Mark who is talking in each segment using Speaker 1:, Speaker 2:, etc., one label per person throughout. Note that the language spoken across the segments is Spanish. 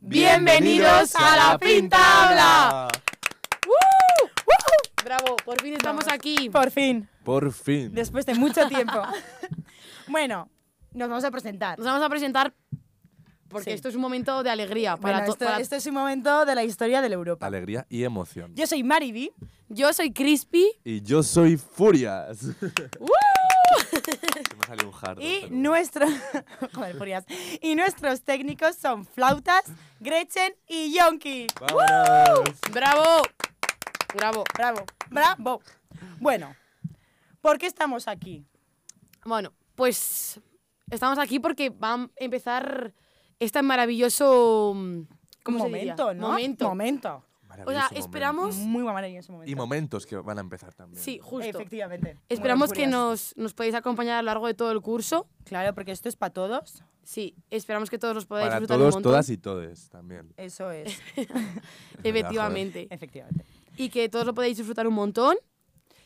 Speaker 1: Bienvenidos a la Pintabla.
Speaker 2: ¡Woo!
Speaker 3: Bravo, por fin estamos
Speaker 2: Estamos
Speaker 3: aquí.
Speaker 2: aquí. Por fin,
Speaker 1: Por fin.
Speaker 2: después de mucho tiempo. bueno, nos vamos a presentar.
Speaker 3: Nos vamos a presentar porque
Speaker 2: Sí.
Speaker 3: esto es un momento de alegría para,
Speaker 2: Bueno,
Speaker 3: to-
Speaker 2: esto,
Speaker 3: para-
Speaker 2: esto es un momento de la historia de la Europa.
Speaker 1: Alegría y emoción.
Speaker 2: Yo soy Mariby.
Speaker 3: Yo soy Crispy.
Speaker 1: Y yo soy Furias.
Speaker 3: ¡Woo!
Speaker 1: Se me salió un jarro,
Speaker 2: Y,
Speaker 1: pero bueno.
Speaker 2: nuestro... Joder, furias. y nuestros técnicos son Flautas, Gretchen y Yonki.
Speaker 1: ¡Vámonos!
Speaker 3: Bravo. Bravo.
Speaker 2: Bravo, bravo. Bueno, ¿por qué estamos aquí?
Speaker 3: Bueno, pues estamos aquí porque va a empezar este maravilloso mm, ¿cómo se diría?
Speaker 2: momento, ¿no?
Speaker 3: Momento.
Speaker 2: Momento.
Speaker 3: o sea,
Speaker 1: Maravilloso momento.
Speaker 3: esperamos
Speaker 2: Muy maravilloso momento.
Speaker 1: Y momentos que van a empezar también.
Speaker 3: Sí, justo.
Speaker 2: Efectivamente.
Speaker 3: Esperamos que
Speaker 2: Furias.
Speaker 3: nos nos podáis acompañar a lo largo de todo el curso.
Speaker 2: Claro, porque esto es para todos.
Speaker 3: Sí, esperamos que todos los podáis
Speaker 1: Para
Speaker 3: disfrutar un
Speaker 1: todos,
Speaker 3: montón.
Speaker 1: todas y todes también.
Speaker 2: Eso es.
Speaker 3: Efectivamente.
Speaker 2: Efectivamente.
Speaker 3: Y que todos lo podáis disfrutar un montón.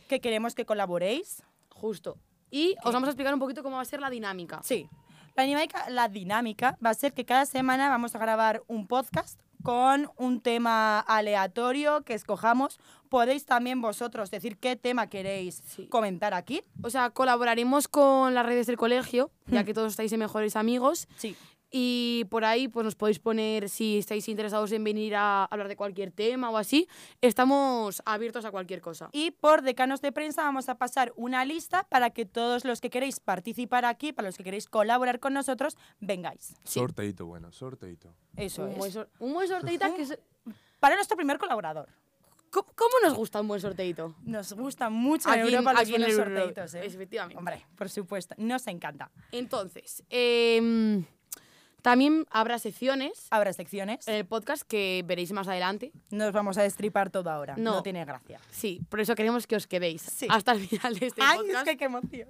Speaker 2: Que queremos que colaboréis.
Speaker 3: Justo. Y os vamos a explicar un poquito cómo va a ser la dinámica.
Speaker 2: Sí. La dinámica, la dinámica va a ser que cada semana vamos a grabar un podcast con un tema aleatorio que escojamos. Podéis también vosotros decir qué tema queréis
Speaker 3: Sí.
Speaker 2: comentar aquí.
Speaker 3: O sea, colaboraremos con las redes del colegio, ya que todos estáis en mejores amigos.
Speaker 2: Sí.
Speaker 3: Y por ahí pues nos podéis poner si estáis interesados en venir a hablar de cualquier tema o así. Estamos abiertos a cualquier cosa.
Speaker 2: Y por decanos de prensa vamos a pasar una lista para que todos los que queréis participar aquí, para los que queréis colaborar con nosotros, vengáis.
Speaker 3: Sí.
Speaker 1: Sorteito, bueno, sorteito.
Speaker 2: Eso
Speaker 3: un, buen
Speaker 2: es.
Speaker 3: sor- un buen sorteita que es-
Speaker 2: Para nuestro primer colaborador.
Speaker 3: ¿Cómo, cómo nos gusta un buen sorteito?
Speaker 2: Nos gusta mucho el
Speaker 3: Aquí en-
Speaker 2: Europa los
Speaker 3: aquí en
Speaker 2: buenos
Speaker 3: el Euro-
Speaker 2: sorteitos, ¿eh?
Speaker 3: efectivamente.
Speaker 2: Hombre, por supuesto. Nos encanta.
Speaker 3: Entonces, em, también habrá secciones
Speaker 2: Habrá secciones.
Speaker 3: en el podcast que veréis más adelante.
Speaker 2: Nos vamos a destripar todo ahora. No,
Speaker 3: No.
Speaker 2: tiene gracia.
Speaker 3: Sí, por eso queremos que os quedéis
Speaker 2: Sí.
Speaker 3: hasta el final de este podcast.
Speaker 2: qué emoción.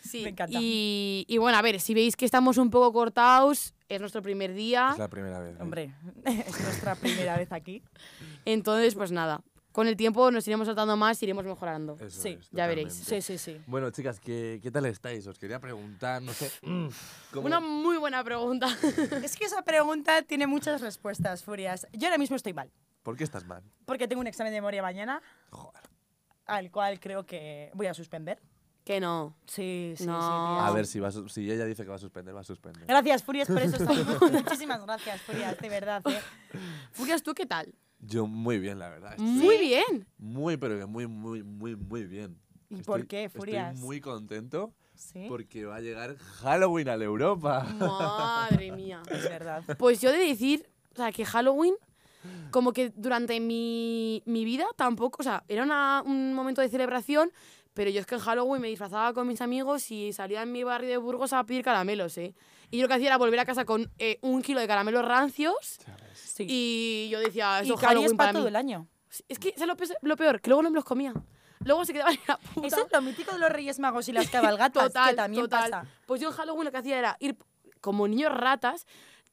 Speaker 3: Sí,
Speaker 2: Me encanta.
Speaker 3: Y, y bueno, a ver, si veis que estamos un poco cortados, es nuestro primer día,
Speaker 1: Es la primera vez. ¿eh?
Speaker 2: Hombre, es nuestra primera vez aquí.
Speaker 3: entonces pues nada, con el tiempo nos iremos saltando más, iremos mejorando.
Speaker 1: Eso
Speaker 2: Sí,
Speaker 1: es,
Speaker 3: ya veréis.
Speaker 1: totalmente.
Speaker 2: sí, sí.
Speaker 1: Bueno, chicas, ¿qué, qué tal estáis? Os quería preguntar, no sé. mm, ¿cómo-
Speaker 3: Una muy buena pregunta.
Speaker 2: Es que esa pregunta tiene muchas respuestas, Furias. Yo ahora mismo estoy mal,
Speaker 1: ¿Por qué estás mal?
Speaker 2: porque tengo un examen de memoria mañana,
Speaker 1: Joder.
Speaker 2: al cual creo que voy a suspender.
Speaker 3: que no.
Speaker 2: Sí, sí,
Speaker 3: No.
Speaker 2: sí.
Speaker 1: A
Speaker 2: tía.
Speaker 1: ver, si, va a su- si ella dice que va a suspender, va a suspender.
Speaker 2: Gracias, Furias, por eso estamos. Muchísimas gracias, Furias, de verdad. ¿eh?
Speaker 3: Furias, ¿tú qué tal?
Speaker 1: Yo muy bien, la verdad. Estoy
Speaker 3: Muy bien.
Speaker 1: Muy, pero que muy, muy, muy, muy bien.
Speaker 2: ¿Y por qué, Furias?
Speaker 1: Estoy muy contento
Speaker 2: Sí,
Speaker 1: porque va a llegar Halloween a la Europa.
Speaker 3: Madre mía.
Speaker 2: es verdad.
Speaker 3: Pues yo he de decir, o sea, que Halloween, como que durante mi, mi vida tampoco, o sea, era una- un momento de celebración, pero yo es que en Halloween me disfrazaba con mis amigos y salía en mi barrio de Burgos a pedir caramelos, ¿eh? Y yo lo que hacía era volver a casa con eh, un kilo de caramelos rancios
Speaker 2: Sí.
Speaker 3: y yo decía,
Speaker 2: Y
Speaker 3: eso es
Speaker 2: caries
Speaker 3: Halloween
Speaker 2: para
Speaker 3: para
Speaker 2: todo
Speaker 3: mí.
Speaker 2: el año.
Speaker 3: Es que eso es lo, pe- lo peor, que luego no me los comía. Luego se quedaban en la puta.
Speaker 2: Eso es lo mítico de los Reyes Magos y las cabalgatas,
Speaker 3: Total,
Speaker 2: que también
Speaker 3: total.
Speaker 2: pasa.
Speaker 3: Pues yo en Halloween lo que hacía era ir como niños ratas,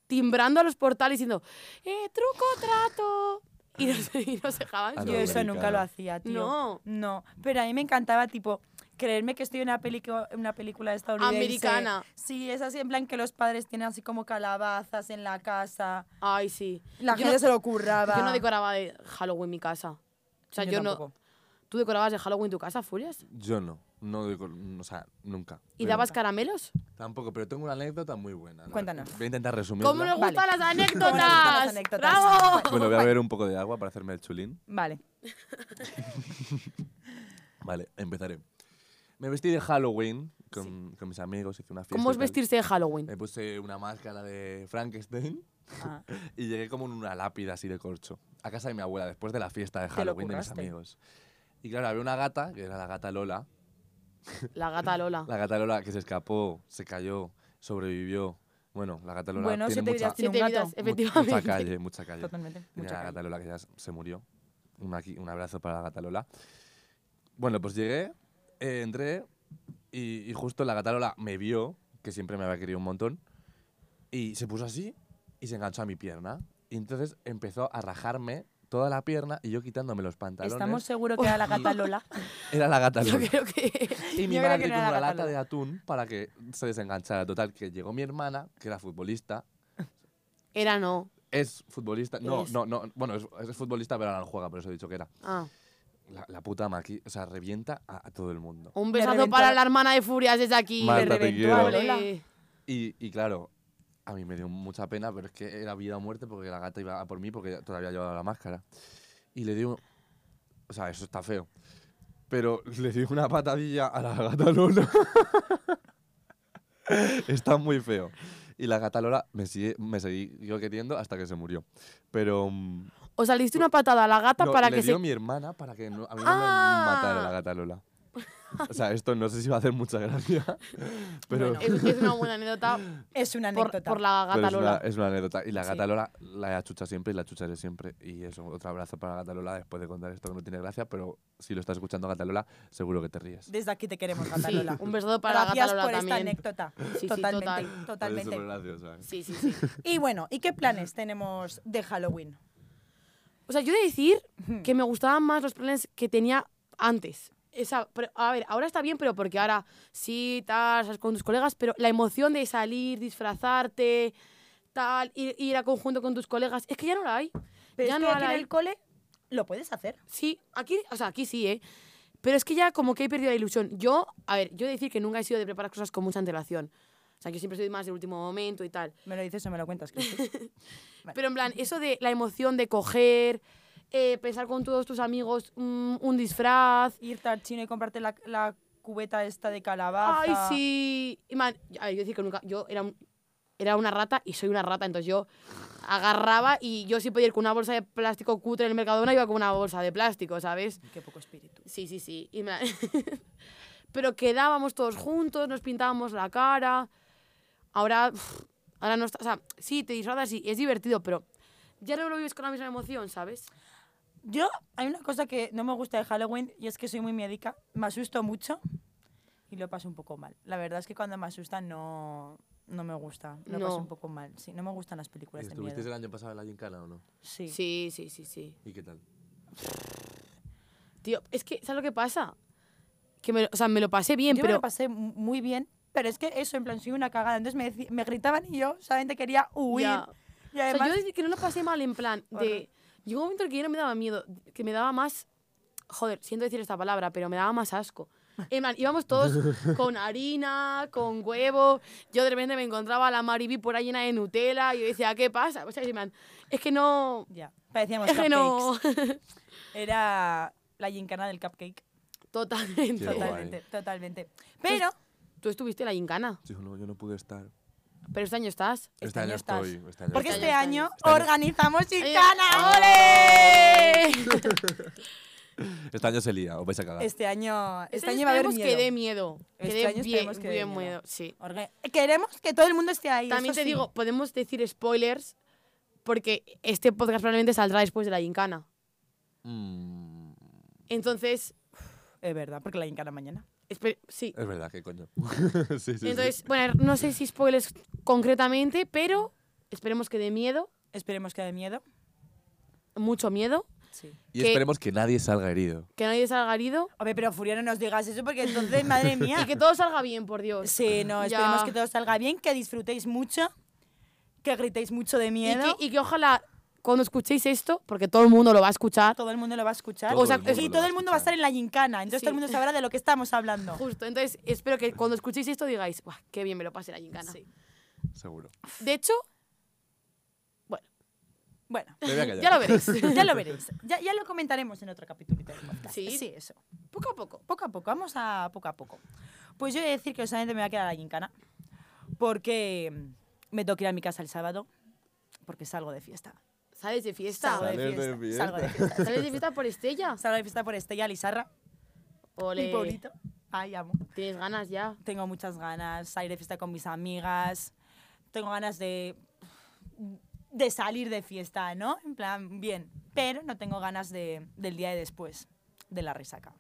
Speaker 3: timbrando a los portales diciendo, eh, truco, trato. Y nos, y nos dejaban.
Speaker 1: Ah, no,
Speaker 2: Yo eso
Speaker 1: Dominicana.
Speaker 2: nunca lo hacía, tío.
Speaker 3: No.
Speaker 2: No, pero a mí me encantaba, tipo, creerme que estoy en una, pelico- en una película estadounidense.
Speaker 3: Americana.
Speaker 2: Sí, es así, en plan que los padres tienen así como calabazas en la casa.
Speaker 3: Ay, sí.
Speaker 2: La
Speaker 3: yo
Speaker 2: gente
Speaker 3: no,
Speaker 2: se lo curraba.
Speaker 3: yo no decoraba de Halloween mi casa. O sea, yo, no.
Speaker 2: tampoco.
Speaker 3: ¿Tú decorabas de Halloween tu casa, Furias?
Speaker 1: Yo no. No, digo- o sea, nunca.
Speaker 3: ¿Y
Speaker 1: Pero-
Speaker 3: dabas caramelos?
Speaker 1: Tampoco, pero tengo una anécdota muy buena. la
Speaker 2: Cuéntanos.
Speaker 1: verdad. Voy a intentar resumirla.
Speaker 3: ¿Cómo nos
Speaker 2: Vale.
Speaker 3: gustan las
Speaker 2: Como nos gustan las
Speaker 3: anécdotas?
Speaker 2: anécdotas.
Speaker 3: ¡Bravo!
Speaker 1: Bueno, voy a beber un poco de agua para hacerme el chulín.
Speaker 2: Vale.
Speaker 1: Vale, empezaré. Me vestí de Halloween con, con mis amigos, hice una fiesta.
Speaker 3: ¿Cómo
Speaker 1: y
Speaker 3: es
Speaker 1: tal.
Speaker 3: vestirse de Halloween?
Speaker 1: Me puse una máscara de Frankenstein.
Speaker 2: Ah,
Speaker 1: Y llegué como en una lápida así de corcho a casa de mi abuela después de la fiesta de Halloween de mis
Speaker 2: curraste.
Speaker 1: amigos. Y claro, había una gata, que era la gata Lola.
Speaker 3: La gata
Speaker 2: Ah.
Speaker 3: Lola.
Speaker 1: La gata Lola que se escapó, se cayó, sobrevivió. Bueno, la gata Lola
Speaker 2: Bueno,
Speaker 1: tiene
Speaker 2: siete
Speaker 1: mucha,
Speaker 2: vidas tiene
Speaker 3: Siete
Speaker 2: un gato.
Speaker 3: vidas,
Speaker 1: mu-
Speaker 3: efectivamente.
Speaker 1: mucha calle, mucha calle.
Speaker 2: totalmente.
Speaker 1: Tenía
Speaker 2: Mucha
Speaker 1: la gata
Speaker 2: calle.
Speaker 1: Lola que ya s- se murió. Un, aquí- un abrazo para la gata Lola. Bueno, pues llegué, eh, entré y, y justo la gata Lola me vio, que siempre me había querido un montón, y se puso así y se enganchó a mi pierna. Y entonces empezó a rajarme toda la pierna y yo quitándome los pantalones.
Speaker 2: Estamos seguros que era la gata Lola.
Speaker 1: Era la gata
Speaker 3: Yo
Speaker 1: Lola.
Speaker 3: creo que.
Speaker 1: Y mi
Speaker 2: Yo creo
Speaker 1: madre
Speaker 2: que
Speaker 1: con
Speaker 2: no era
Speaker 1: una
Speaker 2: la
Speaker 1: lata
Speaker 2: Cataluña.
Speaker 1: de atún para que se desenganchara. Total, que llegó mi hermana, que era futbolista.
Speaker 3: Era no.
Speaker 1: es futbolista. No,
Speaker 3: Es.
Speaker 1: no, no. Bueno, es, es futbolista, pero ahora no juega, por eso he dicho que era.
Speaker 3: Ah.
Speaker 1: La, la puta Maki, o sea, revienta a, a todo el mundo.
Speaker 3: Un
Speaker 2: Me
Speaker 3: besazo
Speaker 2: reventó.
Speaker 3: para la hermana de Furias desde aquí.
Speaker 1: Marta, te
Speaker 2: reventó,
Speaker 1: quiero.
Speaker 2: ole.
Speaker 3: Hola.
Speaker 1: Y, y claro, a mí me dio mucha pena, pero es que era vida o muerte porque la gata iba a por mí porque todavía llevaba la máscara. Y le dio. O sea, eso está feo. Pero le dio una patadilla a la gata Lola. está muy feo. Y la gata Lola me, sigue, me siguió queriendo hasta que se murió. Pero. mm,
Speaker 3: O sea, le diste una patada a la gata
Speaker 1: no,
Speaker 3: para
Speaker 1: le
Speaker 3: que
Speaker 1: dio
Speaker 3: se...
Speaker 1: mi hermana para que no, a mí no
Speaker 3: Ah.
Speaker 1: me matara la gata Lola. O sea, esto no sé si va a hacer mucha gracia. Pero.
Speaker 2: Bueno,
Speaker 3: Es, es una buena anécdota
Speaker 2: Es una
Speaker 3: por,
Speaker 2: anécdota.
Speaker 3: por la
Speaker 1: Pero
Speaker 3: gata
Speaker 1: es una-
Speaker 3: Lola.
Speaker 1: Es una, anécdota. Y la
Speaker 2: Sí.
Speaker 1: gata Lola la achucha siempre y la achucharé siempre. Y eso, otro abrazo para gata Lola después de contar esto que no tiene gracia, pero si lo estás escuchando gata Lola, seguro que te ríes.
Speaker 2: Desde aquí te queremos, Gata
Speaker 3: Sí,
Speaker 2: Lola.
Speaker 3: un besazo para
Speaker 2: Gracias
Speaker 3: la
Speaker 2: por
Speaker 3: gata
Speaker 2: esta
Speaker 3: Lola también.
Speaker 2: anécdota.
Speaker 3: sí,
Speaker 2: totalmente,
Speaker 3: total.
Speaker 1: Pero es
Speaker 2: totalmente.
Speaker 1: súper gracioso, ¿eh?
Speaker 3: Sí, sí, sí.
Speaker 2: Y bueno, ¿y qué planes tenemos de Halloween?
Speaker 3: O sea, yo he de decir que me gustaban más los planes que tenía antes. Esa, pero, a ver, ahora está bien, pero porque ahora sí, tal, estás con tus colegas, pero la emoción de salir, disfrazarte, tal, ir, ir a conjunto con tus colegas, es que ya no la hay.
Speaker 2: Pero
Speaker 3: ya
Speaker 2: es
Speaker 3: no
Speaker 2: que aquí en
Speaker 3: la hay.
Speaker 2: el cole lo puedes hacer.
Speaker 3: Sí, aquí, o sea, aquí sí, ¿eh? Pero es que ya como que he perdido la ilusión. Yo, a ver, yo he de decir que nunca he sido de preparar cosas con mucha antelación. O sea, que siempre soy más del último momento y tal.
Speaker 2: Me lo dices o me lo cuentas, Cristi. Vale.
Speaker 3: Pero en plan, eso de la emoción de coger, eh, pensar con todos tus amigos mm, un disfraz.
Speaker 2: Irte al chino y comprarte la, la cubeta esta de calabaza.
Speaker 3: Ay, sí. Y man, a ver, yo decir que nunca, yo era, un- era una rata y soy una rata, entonces yo agarraba y yo sí podía ir con una bolsa de plástico cutre en el Mercadona, iba con una bolsa de plástico, ¿sabes?
Speaker 2: Qué poco espíritu.
Speaker 3: Sí, sí, sí. y me- Pero quedábamos todos juntos, nos pintábamos la cara. Ahora, uf, ahora no está. O sea, sí, te disfrazas y es divertido, pero ya no lo vives con la misma emoción, ¿sabes?
Speaker 2: Yo, hay una cosa que no me gusta de Halloween y es que soy muy médica. Me asusto mucho y lo paso un poco mal. La verdad es que cuando me asustan no, no me gusta. Lo
Speaker 3: No.
Speaker 2: paso un poco mal. Sí, no me gustan las películas de
Speaker 1: ¿Estuvisteis
Speaker 2: miedo.
Speaker 1: el año pasado en la Gincana o no?
Speaker 2: Sí.
Speaker 3: Sí, sí, sí, sí.
Speaker 1: ¿Y qué tal?
Speaker 3: Tío, es que, ¿sabes lo que pasa? Que me, lo- o sea, me lo pasé bien,
Speaker 2: Yo me
Speaker 3: pero.
Speaker 2: lo pasé mu- muy bien, pero es que eso, en plan, soy una cagada. Entonces me, deci- me gritaban y yo solamente quería huir.
Speaker 3: Ya.
Speaker 2: Y
Speaker 3: O sea,
Speaker 2: además,
Speaker 3: yo desde que no lo pasé mal, en plan, de.
Speaker 2: Horror.
Speaker 3: Llegó un momento en el que ya no me daba miedo, que me daba más. Joder, siento decir esta palabra, pero me daba más asco. En plan, íbamos todos con harina, con huevo. Yo de repente me encontraba a la Mariby por ahí llena de Nutella y yo decía, ¿qué pasa? O sea, en plan, es que no.
Speaker 2: ya, parecíamos
Speaker 3: Es que no.
Speaker 2: cupcakes. Era la gincana del cupcake.
Speaker 1: Qué guay. Este
Speaker 3: Totalmente.
Speaker 2: Totalmente, totalmente. Pero
Speaker 3: Tú estuviste en la gincana,
Speaker 1: Yo no, yo no pude estar.
Speaker 3: pero este año estás.
Speaker 2: Este año estás.
Speaker 1: estoy. Este año
Speaker 2: porque
Speaker 1: estoy.
Speaker 2: este año
Speaker 1: Este año-
Speaker 2: organizamos gincana,
Speaker 3: Ay,
Speaker 2: ¡ole!
Speaker 1: Este año se lía, os vais a cagar.
Speaker 2: Este año, este
Speaker 3: año
Speaker 2: año va a haber
Speaker 3: esperemos que dé
Speaker 2: miedo.
Speaker 3: miedo. Que
Speaker 2: Este
Speaker 3: dé
Speaker 2: año
Speaker 3: bien,
Speaker 2: esperemos que dé
Speaker 3: bien
Speaker 2: miedo.
Speaker 3: miedo, sí.
Speaker 2: Orga- Queremos que todo el mundo esté ahí.
Speaker 3: También
Speaker 2: eso
Speaker 3: te
Speaker 2: sí.
Speaker 3: digo, podemos decir spoilers porque este podcast probablemente saldrá después de la gincana.
Speaker 1: Mm,
Speaker 3: Entonces,
Speaker 2: Es verdad, porque la gincana mañana.
Speaker 3: espe- sí.
Speaker 1: es verdad, qué coño. sí, Eh, sí, sí.
Speaker 3: Entonces, bueno, no sé si spoilers concretamente, pero esperemos que dé miedo,
Speaker 2: Esperemos que dé miedo.
Speaker 3: mucho miedo,
Speaker 2: Sí.
Speaker 1: y
Speaker 3: que-
Speaker 1: esperemos que nadie salga herido.
Speaker 3: que nadie salga herido
Speaker 2: Hombre, pero Furia, no nos digas eso porque entonces, madre mía.
Speaker 3: y que todo salga bien, por Dios.
Speaker 2: Sí, no, esperemos
Speaker 3: Ya.
Speaker 2: que todo salga bien, que disfrutéis mucho, que gritéis mucho de
Speaker 3: Y que,
Speaker 2: miedo.
Speaker 3: y que ojalá cuando escuchéis esto, porque todo el mundo lo va a escuchar,
Speaker 2: todo el mundo lo va a escuchar.
Speaker 1: Todo
Speaker 3: O sea,
Speaker 1: el mundo
Speaker 2: y
Speaker 1: lo
Speaker 2: todo
Speaker 1: va a
Speaker 2: el mundo va a estar en la gincana, entonces
Speaker 3: Sí.
Speaker 2: todo el mundo sabrá de lo que estamos hablando.
Speaker 3: justo. Entonces, espero que cuando escuchéis esto digáis, "Buah, qué bien me lo pasé la gincana.
Speaker 2: Sí.
Speaker 1: escuchar, Seguro.
Speaker 3: De hecho,
Speaker 2: Bueno,
Speaker 1: Me voy a callar.
Speaker 3: ya lo veréis.
Speaker 2: ya lo veréis. Ya, ya lo comentaremos en otro capítulo. del podcast.
Speaker 3: Sí.
Speaker 2: sí, eso.
Speaker 3: Poco a poco.
Speaker 2: Poco a poco, vamos a poco a poco. Pues yo voy a decir que solamente me voy a quedar a la gincana, porque mm, me tengo que ir a mi casa el sábado, porque salgo de fiesta.
Speaker 3: ¿Sales de fiesta?
Speaker 2: Salgo de
Speaker 1: Sales de
Speaker 2: fiesta. Salgo de fiesta.
Speaker 3: ¿Sales de fiesta por Estella?
Speaker 2: Salgo de fiesta por Estella Lizarra.
Speaker 3: Ole.
Speaker 2: Mi pueblito. Ay, amo.
Speaker 3: Tienes ganas ya.
Speaker 2: Tengo muchas ganas. Salir de fiesta con mis amigas. Tengo ganas de. de salir de fiesta, ¿no? En plan, bien. Pero no tengo ganas de, del día de después, de la resaca.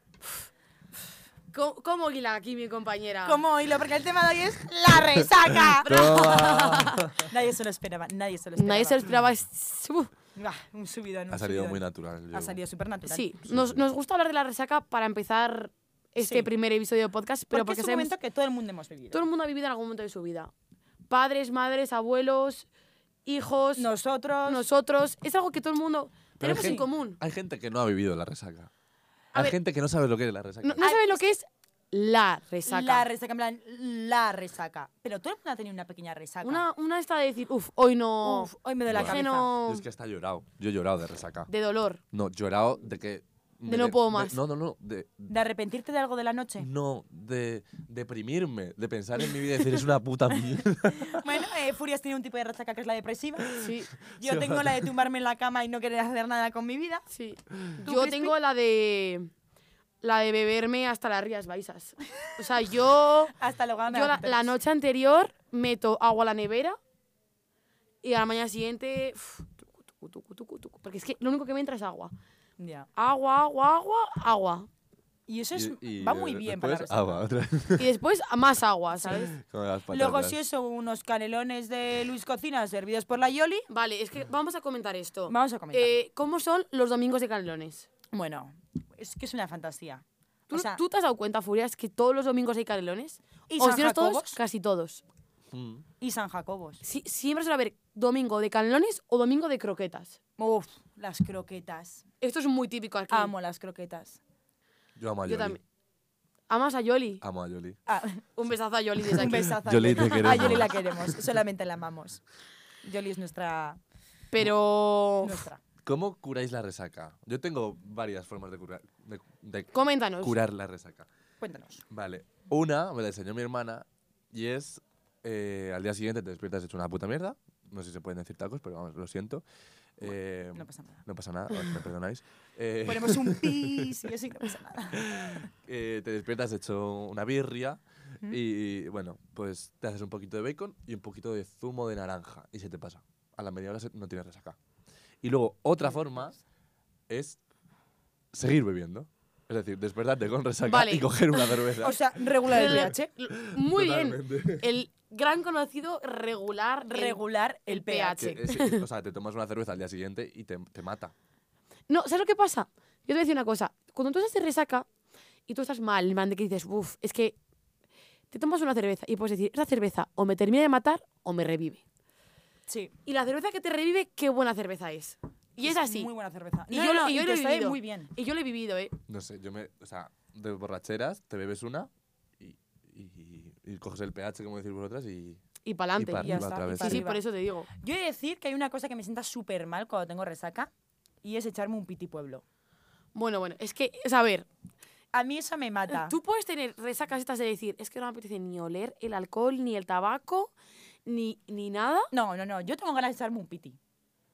Speaker 3: ¿Cómo, cómo hila aquí mi compañera?
Speaker 2: Como hilo, porque el tema de hoy es la resaca.
Speaker 1: Toma.
Speaker 2: nadie se lo esperaba, nadie se lo esperaba.
Speaker 3: Este, Nadie se lo esperaba. Es- uf.
Speaker 2: Bah, un subidón, un
Speaker 1: ha salido
Speaker 2: subidón.
Speaker 1: muy natural. yo-
Speaker 2: Ha salido súper natural.
Speaker 3: Sí,
Speaker 1: Sí,
Speaker 3: nos,
Speaker 1: sí.
Speaker 3: nos gusta hablar de la resaca para empezar este
Speaker 2: Sí.
Speaker 3: primer episodio de podcast, pero
Speaker 2: porque
Speaker 3: porque,
Speaker 2: es un
Speaker 3: sabemos-
Speaker 2: momento que todo el mundo hemos vivido.
Speaker 3: todo el mundo ha vivido en algún momento de su vida. Padres, madres, abuelos, hijos,
Speaker 2: Nosotros.
Speaker 3: nosotros. Es algo que todo el mundo
Speaker 1: Pero hay
Speaker 3: tenemos en
Speaker 1: gen-
Speaker 3: común.
Speaker 1: Hay gente que no ha vivido la resaca.
Speaker 3: A
Speaker 1: hay
Speaker 3: ver-
Speaker 1: gente que no sabe lo que es la resaca.
Speaker 3: No, no
Speaker 2: Hay-
Speaker 3: sabes lo que es la resaca.
Speaker 2: La resaca, en plan, la resaca. Pero todo el mundo ha tenido una pequeña resaca.
Speaker 3: una, una está de decir, uff, hoy no.
Speaker 2: Uf, hoy me duele la
Speaker 3: es que
Speaker 2: cabeza.
Speaker 3: no-
Speaker 1: Yo Es que hasta he llorado. Yo he llorado de resaca.
Speaker 3: De dolor.
Speaker 1: No, llorado de que... me
Speaker 3: no puedo
Speaker 1: me-
Speaker 3: más.
Speaker 1: No, no, no. De,
Speaker 2: ¿De arrepentirte de algo de la noche?
Speaker 1: No, de deprimirme, de pensar en mi vida y decir, es una puta mierda.
Speaker 2: bueno, eh, Furias tiene un tipo de resaca que es la depresiva.
Speaker 3: Sí,
Speaker 2: Yo
Speaker 1: Sí,
Speaker 2: tengo
Speaker 1: vale.
Speaker 2: la de tumbarme en la cama y no querer hacer nada con mi vida.
Speaker 3: sí.
Speaker 2: ¿Tú,
Speaker 3: Yo
Speaker 2: Crispy?
Speaker 3: tengo la de. La de beberme hasta las rías baisas. O sea, yo.
Speaker 2: Hasta luego. me
Speaker 3: Yo la,
Speaker 2: apetece.
Speaker 3: la noche anterior meto agua a la nevera y a la mañana siguiente. uf, tucu, tucu, tucu, tucu, tucu, porque es que lo único que me entra es agua.
Speaker 2: Ya.
Speaker 3: Agua, agua, agua, agua.
Speaker 2: Y eso es,
Speaker 1: Y- y
Speaker 2: va
Speaker 1: de-
Speaker 2: muy bien para la
Speaker 1: después, ah,
Speaker 2: resaca.
Speaker 1: agua, otra vez,
Speaker 3: Y después a más agua, ¿sabes?
Speaker 1: como las patatas.
Speaker 2: Luego, si eso, unos canelones de Luis Cocina servidos por la Yoli,
Speaker 3: Vale, es que vamos a comentar esto.
Speaker 2: vamos a comentar.
Speaker 3: Eh, ¿Cómo son los domingos de canelones?
Speaker 2: bueno, es que es una fantasía.
Speaker 3: ¿Tú,
Speaker 2: O sea,
Speaker 3: tú te has dado cuenta, Furias, que todos los domingos hay canelones?
Speaker 2: ¿Y
Speaker 3: ¿O
Speaker 2: San
Speaker 3: si no todos?
Speaker 2: Jacobos?
Speaker 3: Casi todos.
Speaker 1: Mm.
Speaker 2: y San Jacobos.
Speaker 3: Sí, siempre suele haber domingo de canelones o domingo de croquetas.
Speaker 2: Uf, las croquetas.
Speaker 3: Esto es muy típico aquí.
Speaker 2: Amo las croquetas.
Speaker 1: Yo amo a
Speaker 3: Yo
Speaker 1: Yoli.
Speaker 3: también. ¿Amas a Yoli?
Speaker 1: Amo a Yoli.
Speaker 2: Ah,
Speaker 3: Un besazo a Yoli desde
Speaker 2: un
Speaker 3: aquí.
Speaker 2: besazo. a
Speaker 1: Yoli, te
Speaker 2: A
Speaker 1: queremos.
Speaker 2: Yoli la queremos, solamente la amamos. Yoli es nuestra...
Speaker 3: Pero
Speaker 2: nuestra.
Speaker 1: ¿Cómo curáis la resaca? Yo tengo varias formas de curar, de, de
Speaker 3: coméntanos.
Speaker 1: curar la resaca.
Speaker 2: Cuéntanos.
Speaker 1: Vale, una me la enseñó mi hermana y es eh, al día siguiente te despiertas hecho una puta mierda. No sé si se pueden decir tacos, pero vamos, lo siento. Eh,
Speaker 2: No pasa nada.
Speaker 1: no pasa nada, os- me perdonáis. Eh,
Speaker 2: Ponemos un pis y eso y no pasa nada.
Speaker 1: eh, te despiertas hecho una birria y bueno, pues te haces un poquito de bacon y un poquito de zumo de naranja y se te pasa. A la media hora se- no tienes resaca. Y luego otra forma es seguir bebiendo. Es decir, despertarte con resaca
Speaker 3: Vale.
Speaker 1: y coger una cerveza.
Speaker 2: O sea, regular el pH,
Speaker 3: Muy bien.
Speaker 1: Totalmente.
Speaker 3: El gran conocido regular. el-
Speaker 2: regular el pH.
Speaker 1: Que es- o sea, te tomas una cerveza al día siguiente y te, te mata.
Speaker 3: No, ¿sabes lo que pasa? Yo te voy a decir una cosa. Cuando tú estás de resaca y tú estás mal, man, de que dices, uff, es que te tomas una cerveza y puedes decir, esa cerveza o me termina de matar o me revive.
Speaker 2: Sí.
Speaker 3: Y la cerveza que te revive, qué buena cerveza es. Y es así.
Speaker 2: Muy buena cerveza.
Speaker 3: Y
Speaker 2: No,
Speaker 3: yo lo-
Speaker 2: no,
Speaker 3: y yo
Speaker 2: y
Speaker 3: lo
Speaker 2: te
Speaker 3: he
Speaker 2: sabe
Speaker 3: vivido.
Speaker 2: muy bien.
Speaker 3: Y yo lo he vivido, ¿eh?
Speaker 1: No sé, yo me. O sea, de borracheras, te bebes una y, y- y coges el pH, como decís vosotras, y.
Speaker 3: Y pa'lante.
Speaker 1: para
Speaker 2: Y ya
Speaker 1: arriba
Speaker 2: está,
Speaker 1: otra
Speaker 2: y
Speaker 1: vez.
Speaker 3: Sí,
Speaker 2: para
Speaker 3: sí,
Speaker 2: arriba.
Speaker 3: por eso te digo.
Speaker 2: Yo he de decir que hay una cosa que me sienta súper mal cuando tengo resaca y es echarme un piti pueblo.
Speaker 3: Bueno, bueno, es que, es a ver,
Speaker 2: A mí eso me mata.
Speaker 3: Tú puedes tener resacas estas de decir, es que no me apetece ni oler el alcohol, ni el tabaco, ni, ni nada,
Speaker 2: No, no, no. Yo tengo ganas de echarme un piti.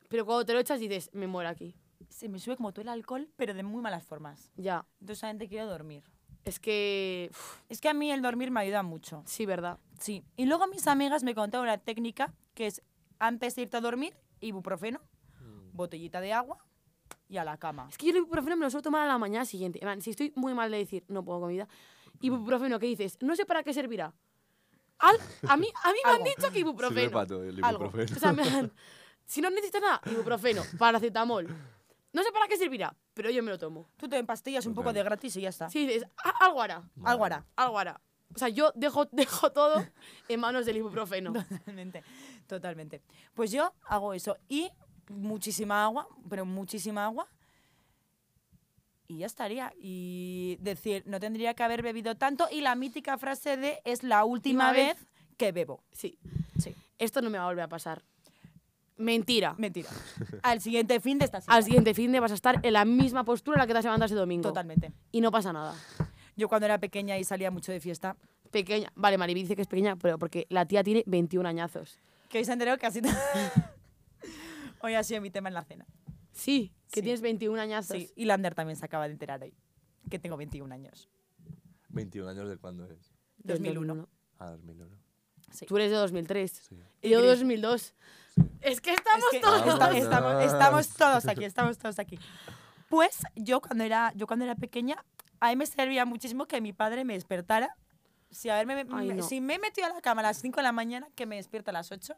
Speaker 3: pero cuando te lo echas dices, me muero aquí.
Speaker 2: Se me sube como todo el alcohol, pero de muy malas formas.
Speaker 3: Ya,
Speaker 2: Entonces solamente quiero dormir.
Speaker 3: es que... uf,
Speaker 2: Es que a mí el dormir me ayuda mucho.
Speaker 3: sí, verdad.
Speaker 2: Sí. Y luego mis amigas me contaron una técnica que es antes de irte a dormir, ibuprofeno, botellita de agua y a la cama.
Speaker 3: Es que yo el ibuprofeno me lo suelo tomar a la mañana siguiente. En plan, si estoy muy mal de decir, no puedo comida, ibuprofeno, ¿qué dices? No sé para qué servirá. Al- a mí, a mí me han
Speaker 2: Algo.
Speaker 3: dicho que
Speaker 1: Sirve
Speaker 3: ibuprofeno.
Speaker 1: pa' todo el
Speaker 2: Algo.
Speaker 1: ibuprofeno.
Speaker 3: O sea, en plan, si no necesitas nada, ibuprofeno, paracetamol. No sé para qué servirá, pero yo me lo tomo.
Speaker 2: Tú te empastillas un poco
Speaker 1: Total.
Speaker 2: de gratis y ya está.
Speaker 3: Si dices, "Ah, algo hará.
Speaker 2: Algo hará.
Speaker 3: algo hará. O sea, yo dejo, dejo todo en manos del ibuprofeno.
Speaker 2: Totalmente, totalmente. Pues yo hago eso y muchísima agua, pero muchísima agua. Y ya estaría. Y decir, no tendría que haber bebido tanto. Y la mítica frase de es la última
Speaker 3: Última
Speaker 2: vez
Speaker 3: vez.
Speaker 2: que bebo.
Speaker 3: Sí,
Speaker 2: Sí,
Speaker 3: esto no me va a volver a pasar. Mentira.
Speaker 2: mentira. Al siguiente fin de esta semana.
Speaker 3: Al siguiente fin de vas a estar en la misma postura en la que te has levantado ese domingo.
Speaker 2: Totalmente.
Speaker 3: Y no pasa nada.
Speaker 2: Yo cuando era pequeña y salía mucho de fiesta,
Speaker 3: Pequeña. Vale, Mariby dice que es pequeña, pero porque la tía tiene 21 añazos.
Speaker 2: que hoy se enteró casi. hoy ha sido mi tema en la cena.
Speaker 3: Sí, que
Speaker 2: Sí.
Speaker 3: tienes 21 añazos.
Speaker 2: Sí, y Lander también se acaba de enterar hoy, que tengo 21 años.
Speaker 1: 21 años de cuándo es.
Speaker 3: Del
Speaker 2: 2001.
Speaker 1: Ah, 2001.
Speaker 2: Sí.
Speaker 3: Tú eres de 2003.
Speaker 1: Sí.
Speaker 3: Y yo
Speaker 2: Y
Speaker 3: de
Speaker 2: gris.
Speaker 3: 2002. Es que
Speaker 2: Es
Speaker 3: estamos
Speaker 2: que
Speaker 3: todos...
Speaker 1: Vamos,
Speaker 2: esta-
Speaker 1: vamos.
Speaker 2: estamos, estamos todos aquí, estamos todos aquí. Pues yo cuando era, yo cuando era pequeña, a mí me servía muchísimo que mi padre me despertara. Si, haberme,
Speaker 3: Ay,
Speaker 2: me-
Speaker 3: no.
Speaker 2: si me he metido a la cama a las 5 de la mañana, que me despierta a las 8.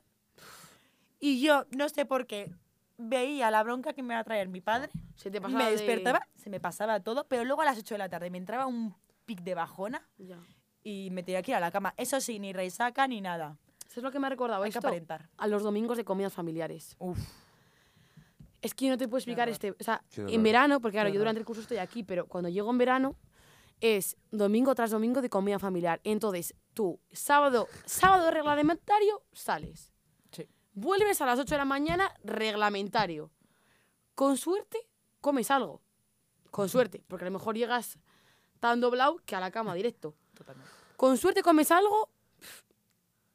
Speaker 2: Y yo, no sé por qué, veía la bronca que me iba a traer mi padre.
Speaker 3: Se te pasa
Speaker 2: Me
Speaker 3: de-
Speaker 2: despertaba, se me pasaba todo, pero luego a las 8 de la tarde me entraba un pic de bajona
Speaker 3: Ya.
Speaker 2: y me tenía que ir a la cama. Eso sí, ni resaca ni nada.
Speaker 3: ¿Sabes lo que me ha recordado
Speaker 2: Hay que
Speaker 3: esto?
Speaker 2: aparentar.
Speaker 3: A los domingos de comidas familiares.
Speaker 2: Uf.
Speaker 3: Es que yo no te puedo explicar
Speaker 2: horror.
Speaker 3: este... O sea,
Speaker 1: Qué
Speaker 3: en
Speaker 1: horror.
Speaker 3: verano, porque claro,
Speaker 2: Qué
Speaker 3: yo
Speaker 2: horror.
Speaker 3: durante el curso estoy aquí, pero cuando llego en verano es domingo tras domingo de comida familiar. Entonces, tú, sábado, sábado reglamentario, sales.
Speaker 2: Sí.
Speaker 3: Vuelves a las 8 de la mañana, reglamentario. Con suerte, comes algo. Con suerte, porque a lo mejor llegas tan doblado que a la cama directo.
Speaker 2: Totalmente.
Speaker 3: Con suerte comes algo pf,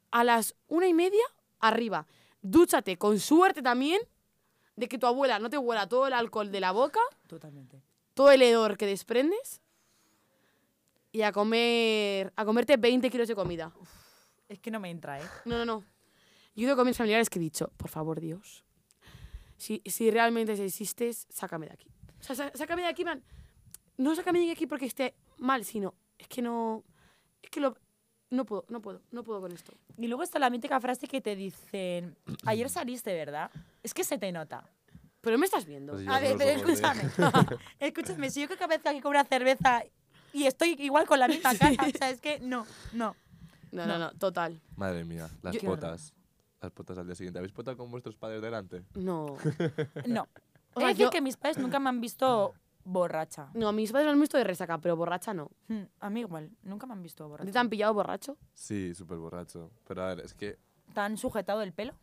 Speaker 3: a las una y media arriba. Dúchate, con suerte también, de que tu abuela no te huela todo el alcohol de la boca,
Speaker 2: Totalmente.
Speaker 3: todo el hedor que desprendes. Y a comer, a comerte 20 kilos de comida.
Speaker 2: Es que no me entra, ¿eh?
Speaker 3: No, no, no. Yo digo con mis familiares que he dicho, por favor, Dios, si, si realmente existes, sácame de aquí. O sea, sa- sácame de aquí, man. No sácame de aquí porque esté mal, sino es que no. Es que lo. No puedo, no puedo, no puedo con esto.
Speaker 2: Y luego está la mítica frase que te dicen, ayer saliste, ¿verdad? Es que se te nota.
Speaker 3: Pero me estás viendo.
Speaker 1: Pues Yo
Speaker 2: A ver,
Speaker 1: no lo ¿eh?
Speaker 2: pero
Speaker 1: soporto.
Speaker 2: escúchame. escúchame, si yo cada vez que aquí con una cerveza y estoy igual con la misma cara, o sea, es que no, no.
Speaker 3: No, no, no, total.
Speaker 1: Madre mía, las
Speaker 2: Yo- Qué horror.
Speaker 1: potas. Las potas al día siguiente. ¿Habéis potado con vuestros padres delante?
Speaker 3: No.
Speaker 2: No. He de
Speaker 3: O sea,
Speaker 2: decir
Speaker 3: yo-
Speaker 2: que mis padres nunca me han visto borracha.
Speaker 3: No, mis padres me han visto de resaca, pero borracha no.
Speaker 2: Hmm, A mí igual, nunca me han visto
Speaker 3: ¿A ti
Speaker 2: borracha.
Speaker 3: te
Speaker 2: ¿Tan,
Speaker 3: han pillado borracho?
Speaker 1: Sí, súper borracho. Pero a ver, es que.
Speaker 2: sujetado el pelo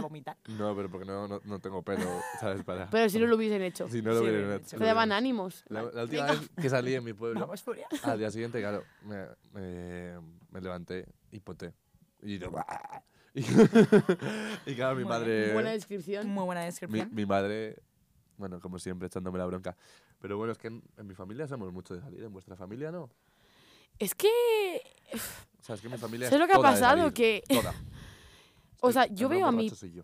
Speaker 2: vomitar.
Speaker 1: No, pero porque no, no, no tengo pelo, ¿sabes? Para.
Speaker 3: Pero si no lo hubiesen hecho.
Speaker 1: Si no lo
Speaker 2: Ah, Sí,
Speaker 1: hubieran
Speaker 2: se
Speaker 1: hecho.
Speaker 3: Te daban ánimos.
Speaker 1: La, la última vez que salí en mi pueblo,
Speaker 2: Vamos, furia.
Speaker 1: al día siguiente, claro, me, me, me levanté y poté. Y yo, ¡buah! Y, y claro, mi
Speaker 2: Muy
Speaker 1: madre.
Speaker 3: Buena descripción.
Speaker 2: Muy buena
Speaker 1: mi,
Speaker 2: descripción.
Speaker 1: mi madre, bueno, como siempre, echándome la bronca. Pero bueno, es que en, en mi familia somos mucho de salir, en vuestra familia no.
Speaker 3: Es que
Speaker 1: O sea, es que mi familia es
Speaker 3: ¿Sabes lo que ha
Speaker 1: toda de
Speaker 3: pasado?
Speaker 1: salir,
Speaker 3: Que-
Speaker 1: toda.
Speaker 3: O
Speaker 1: El-
Speaker 3: sea,
Speaker 1: el
Speaker 3: yo
Speaker 1: gran
Speaker 3: veo a mi-
Speaker 1: borracho soy yo.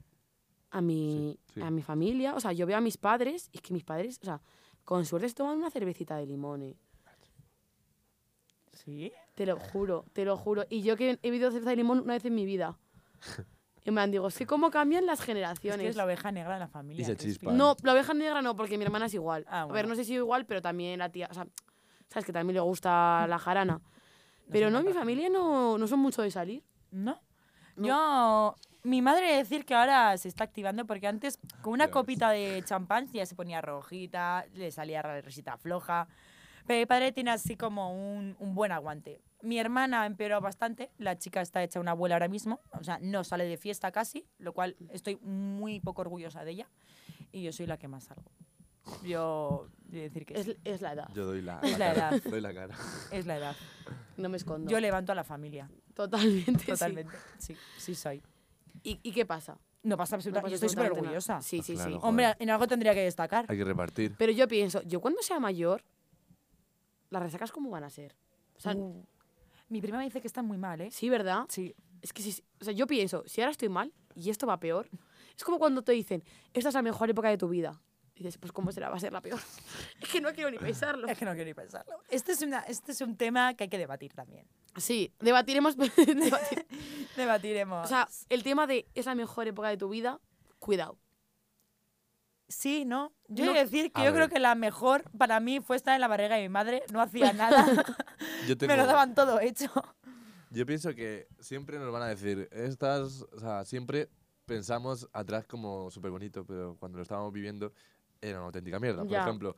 Speaker 3: a mi,
Speaker 1: Sí, sí.
Speaker 3: a mi familia, o sea, yo veo a mis padres, y es que mis padres, o sea, con suerte se toman una cervecita de limón, eh.
Speaker 2: Sí.
Speaker 3: Te lo juro, te lo juro. Y yo que he bebido cerveza de limón una vez en mi vida. Y me han digo, es que cómo cambian las
Speaker 2: Es
Speaker 3: generaciones.
Speaker 2: que es la oveja negra de la familia.
Speaker 1: Y se
Speaker 2: Crispi.
Speaker 1: chispa.
Speaker 3: No, la oveja negra no, porque mi hermana es igual.
Speaker 2: Ah,
Speaker 3: A ver,
Speaker 2: bueno.
Speaker 3: no sé si igual, pero también la tía, o sea, sabes que también le gusta la jarana. Pero no, mi
Speaker 2: encanta.
Speaker 3: familia no, no son mucho de salir.
Speaker 2: ¿No? Yo, mi madre decir que ahora se está activando porque antes con una
Speaker 1: Ya ves.
Speaker 2: copita de champán ya se ponía rojita, le salía la risita floja. Pero mi padre tiene así como un, un buen aguante. Mi hermana ha empeorado bastante, la chica está hecha una abuela ahora mismo, o sea, no sale de fiesta casi, lo cual estoy muy poco orgullosa de ella. Y yo soy la que más salgo. Yo, yo decir que
Speaker 3: Es,
Speaker 2: sí,
Speaker 3: es la edad,
Speaker 1: Yo doy la,
Speaker 2: Es la
Speaker 1: cara,
Speaker 2: edad.
Speaker 1: Doy la cara.
Speaker 2: es la edad.
Speaker 3: no me escondo.
Speaker 2: Yo levanto a la familia,
Speaker 3: Totalmente. sí.
Speaker 2: totalmente. Sí, sí soy.
Speaker 3: ¿Y, y qué pasa?
Speaker 2: No pasa
Speaker 3: No
Speaker 2: absolutamente,
Speaker 3: pasa
Speaker 2: yo estoy súper
Speaker 3: absolutamente nada.
Speaker 2: orgullosa.
Speaker 3: Sí, sí,
Speaker 1: Claro.
Speaker 3: sí.
Speaker 2: Hombre, en algo tendría que destacar.
Speaker 1: Hay que repartir.
Speaker 3: Pero yo pienso, yo cuando sea mayor, las resacas cómo van a ser. O sea,
Speaker 2: Uh, Mi prima me dice que está muy mal, ¿eh?
Speaker 3: sí, ¿verdad?
Speaker 2: Sí.
Speaker 3: Es que si, o sea, yo pienso, si ahora estoy mal y esto va peor, es como cuando te dicen, esta es la mejor época de tu vida. Y dices, pues cómo será, va a ser la peor. es que no quiero ni pensarlo.
Speaker 2: Es que no quiero ni pensarlo. Este es, una- este es un tema que hay que debatir también.
Speaker 3: Sí, debatiremos. debatir-
Speaker 2: Debatiremos.
Speaker 3: O sea, el tema de es la mejor época de tu vida, cuidado.
Speaker 2: sí, ¿no? Yo
Speaker 3: no.
Speaker 2: he de decir que
Speaker 1: A
Speaker 2: yo
Speaker 1: ver.
Speaker 2: creo que la mejor para mí fue estar en la barriga de mi madre. No hacía nada.
Speaker 1: Yo, tengo,
Speaker 2: me lo daban todo hecho.
Speaker 1: yo pienso que siempre nos van a decir, estas, o sea, siempre pensamos atrás como súper bonito, pero cuando lo estábamos viviendo era una auténtica mierda. Por
Speaker 3: Ya.
Speaker 1: ejemplo,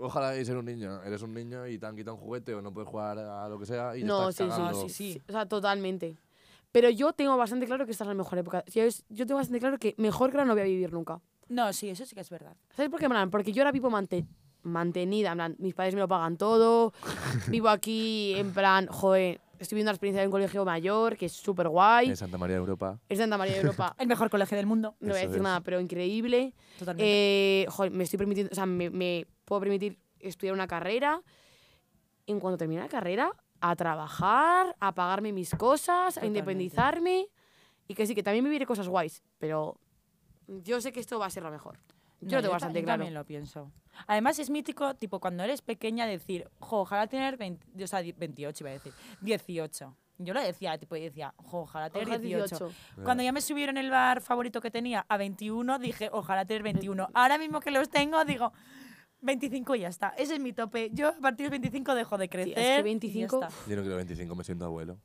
Speaker 1: ojalá y ser un niño. Eres un niño y te han quitado un juguete o no puedes jugar a lo que sea y te
Speaker 3: No,
Speaker 1: estás
Speaker 3: sí, sí,
Speaker 1: cagando.
Speaker 2: sí, sí.
Speaker 3: O sea, totalmente. Pero yo tengo bastante claro que esta es la mejor época. Yo, yo tengo bastante claro que mejor que ahora no voy a vivir nunca.
Speaker 2: No, sí, eso sí que es verdad.
Speaker 3: ¿Sabes por qué, en plan? Porque yo ahora vivo mante- mantenida, en plan, mis padres me lo pagan todo, vivo aquí, en plan, joder, estoy viviendo la experiencia de un colegio mayor, que es súper guay,
Speaker 1: En Santa María de Europa.
Speaker 3: es Santa María de Europa,
Speaker 2: El mejor colegio del mundo.
Speaker 3: no voy a
Speaker 1: Eso
Speaker 3: decir
Speaker 1: es.
Speaker 3: nada, pero increíble.
Speaker 2: Totalmente.
Speaker 3: Eh, joder, me estoy permitiendo, o sea, me, me puedo permitir estudiar una carrera, en cuanto termine la carrera, a trabajar, a pagarme mis cosas, a
Speaker 2: Totalmente.
Speaker 3: independizarme, y que sí, que también viviré cosas guays, pero yo sé que esto va a ser lo mejor. Yo
Speaker 2: No,
Speaker 3: lo tengo
Speaker 2: ta-
Speaker 3: bastante
Speaker 2: yo
Speaker 3: claro.
Speaker 2: también lo pienso. Además, es mítico, tipo, cuando eres pequeña, decir, jo, ojalá tener 20 o sea, di- 28, iba a decir, 18. Yo lo decía, tipo, y decía, jo, ojalá tener
Speaker 3: Ojalá
Speaker 2: 18. Cuando ya me subieron el bar favorito que tenía a 21, dije, ojalá tener 21. Ahora mismo que los tengo, digo, 25 y ya está. Ese es mi tope. Yo a partir de 25 dejo de
Speaker 3: es que
Speaker 2: crecer. y ya
Speaker 3: 25,
Speaker 2: está.
Speaker 1: Yo no creo 25, me siento abuelo.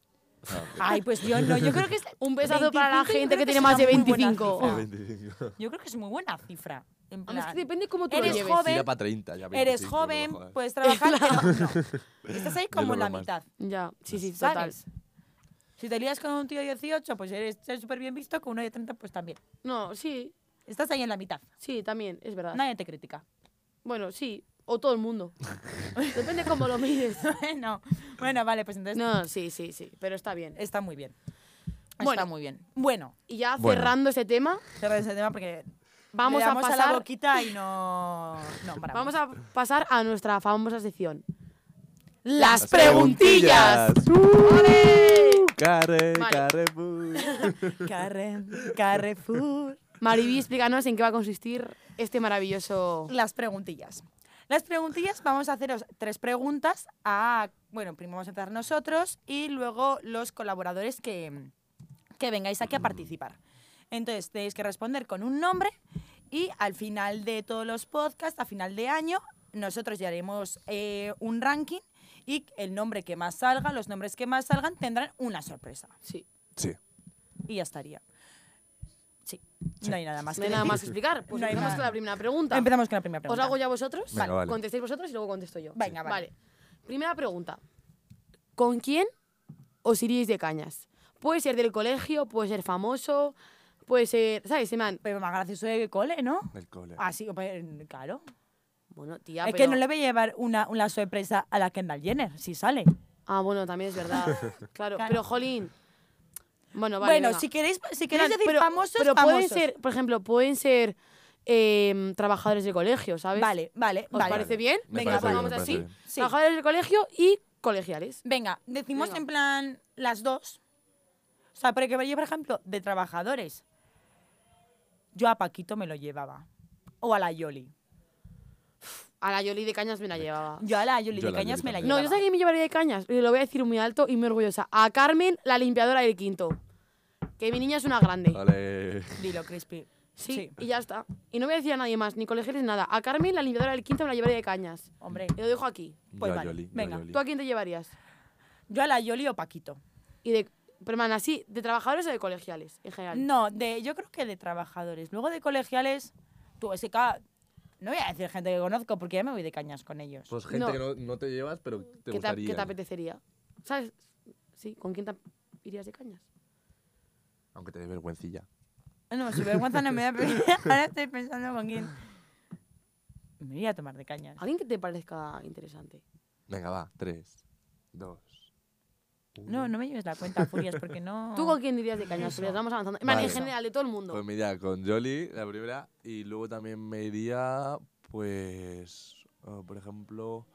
Speaker 1: O sea,
Speaker 2: Ay, pues yo no. Yo creo que es,
Speaker 3: Un besazo para la
Speaker 2: 25 yo
Speaker 3: gente
Speaker 2: creo
Speaker 3: que
Speaker 2: que
Speaker 3: tiene
Speaker 2: es
Speaker 3: más de
Speaker 2: una muy buena
Speaker 3: 25.
Speaker 2: cifra.
Speaker 1: 25.
Speaker 2: yo creo que es muy buena cifra. En
Speaker 3: Hombre, es
Speaker 2: plan,
Speaker 3: que depende cómo tú lo
Speaker 2: Eres
Speaker 3: lleves.
Speaker 2: joven.
Speaker 1: Tira para 30, ya 25,
Speaker 2: eres
Speaker 1: no
Speaker 2: joven, pues,
Speaker 1: jodas.
Speaker 2: puedes trabajar, pero no. Estás ahí como en la
Speaker 1: broma.
Speaker 2: mitad,
Speaker 3: Ya, sí, sí, total.
Speaker 2: ¿sabes? Si te lías con un tío de 18, pues eres eres súper bien visto, con uno de 30, pues también.
Speaker 3: No, sí,
Speaker 2: Estás ahí en la mitad.
Speaker 3: sí, también, es verdad.
Speaker 2: Nadie te critica.
Speaker 3: Bueno, sí, o todo el mundo. Depende cómo lo mires.
Speaker 2: no. Bueno, vale, pues entonces
Speaker 3: No, sí, sí, sí, pero está bien.
Speaker 2: está muy bien.
Speaker 3: Bueno.
Speaker 2: Está muy bien. Bueno,
Speaker 3: Y ya
Speaker 1: Bueno.
Speaker 3: cerrando ese tema,
Speaker 2: cerrar ese tema porque
Speaker 3: vamos
Speaker 2: le
Speaker 3: a
Speaker 2: damos la
Speaker 3: pasar
Speaker 2: boquita y no nombramos.
Speaker 3: vamos a pasar a nuestra famosa sección.
Speaker 2: Las
Speaker 1: Las preguntillas.
Speaker 3: ¡Ole!
Speaker 1: Carre,
Speaker 3: Vale.
Speaker 1: carre, pu.
Speaker 2: Carre- Carrefour.
Speaker 3: Mariví, explícanos en qué va a consistir este maravilloso
Speaker 2: Las preguntillas. Las preguntillas, vamos a haceros tres preguntas a. Bueno, primero vamos a empezar nosotros y luego los colaboradores que, que vengáis aquí a participar. Entonces, tenéis que responder con un nombre y al final de todos los podcasts, a final de año, nosotros ya haremos eh, un ranking y el nombre que más salga, los nombres que más salgan, tendrán una sorpresa.
Speaker 3: Sí.
Speaker 1: Sí.
Speaker 2: Y ya estaría. Sí, no hay nada más.
Speaker 3: No
Speaker 2: que
Speaker 3: hay nada
Speaker 2: decir.
Speaker 3: más que explicar. Pues
Speaker 2: No hay
Speaker 3: empezamos
Speaker 2: nada.
Speaker 3: con la primera pregunta.
Speaker 2: Empezamos con la primera
Speaker 3: ¿Os
Speaker 2: pregunta.
Speaker 3: la hago ya vosotros?
Speaker 1: Venga, vale.
Speaker 3: Contestéis vosotros y luego contesto yo.
Speaker 2: Venga,
Speaker 3: Sí.
Speaker 2: vale.
Speaker 3: Primera pregunta. ¿Con quién os iríais de cañas? Puede ser del colegio, puede ser famoso, puede ser... ¿Sabes? Se me han-
Speaker 2: Pero más gracioso de cole, ¿no?
Speaker 1: Del cole.
Speaker 2: Así, pues, claro.
Speaker 3: Bueno, tía,
Speaker 2: es
Speaker 3: pero-
Speaker 2: que no le voy a llevar una, una sorpresa a la Kendall Jenner, si sale.
Speaker 3: Ah, bueno, también es verdad. claro,
Speaker 2: Claro.
Speaker 3: pero jolín... Bueno, vale,
Speaker 2: bueno,
Speaker 3: venga.
Speaker 2: si queréis, si
Speaker 3: Pero-
Speaker 2: queréis decir
Speaker 3: pero-
Speaker 2: famosos,
Speaker 3: Pero pueden
Speaker 2: famosos.
Speaker 3: ser, por ejemplo, pueden ser eh, trabajadores de colegio, ¿sabes?
Speaker 2: Vale, vale,
Speaker 3: ¿Os
Speaker 2: vale.
Speaker 3: parece bien? pues
Speaker 1: Me
Speaker 2: Venga,
Speaker 1: parece bien,
Speaker 3: vamos
Speaker 1: me parece
Speaker 3: así.
Speaker 1: bien.
Speaker 2: Sí.
Speaker 3: Trabajadores del colegio y colegiales.
Speaker 2: Venga, decimos
Speaker 3: Venga.
Speaker 2: en plan las dos. O sea, porque yo, por ejemplo, de trabajadores, yo a Paquito me lo llevaba. O a la Yoli.
Speaker 3: A la Yoli de Cañas me la llevaba.
Speaker 2: Yo a la Yoli
Speaker 1: Yo a
Speaker 2: de
Speaker 1: la
Speaker 2: Cañas
Speaker 1: Yoli
Speaker 2: me la
Speaker 1: también.
Speaker 3: No,
Speaker 2: llevaba.
Speaker 3: yo sé que me llevaría de cañas. Y lo voy a decir muy alto y muy orgullosa. A Carmen, la limpiadora del quinto. Que mi niña es una grande.
Speaker 1: Vale.
Speaker 2: Dilo, Crispy.
Speaker 3: Sí, y ya está. Y no voy a decir a nadie más, ni colegiales ni nada. A Carmen, la limpiadora del quinto, me la llevaría de cañas.
Speaker 2: Hombre,
Speaker 3: Y lo dejo aquí.
Speaker 2: Pues
Speaker 1: Yo a
Speaker 2: vale,
Speaker 1: Yoli, yo a
Speaker 2: venga,
Speaker 1: Yoli.
Speaker 3: ¿Tú a quién te llevarías?
Speaker 2: yo a la Yoli o Paquito.
Speaker 3: Y de, pero, man, así, ¿de trabajadores o de colegiales en general?
Speaker 2: No, de, yo creo que de trabajadores. Luego de colegiales, tú, es que cada- no voy a decir gente que conozco porque ya me voy de cañas con ellos.
Speaker 1: Pues gente
Speaker 3: No.
Speaker 1: que no, no te llevas, pero te
Speaker 3: ¿Qué, te,
Speaker 1: gustaría.
Speaker 3: qué te apetecería? ¿Sabes? Sí, ¿con quién te irías de cañas?
Speaker 1: Aunque te dé vergüencilla.
Speaker 2: No, si vergüenza no me da, pero ahora estoy pensando con quién. Me iría a tomar de cañas.
Speaker 3: Alguien que te parezca interesante.
Speaker 1: Venga, va. Tres, dos.
Speaker 2: No, no me lleves la cuenta, Furias, porque no...
Speaker 3: ¿Tú con quién irías de cañas? Furias? vamos avanzando. En plan,
Speaker 1: Vale.
Speaker 3: en general, de todo el mundo.
Speaker 1: Pues me iría con Jolly, la primera, y luego también me iría, pues, eh, por ejemplo,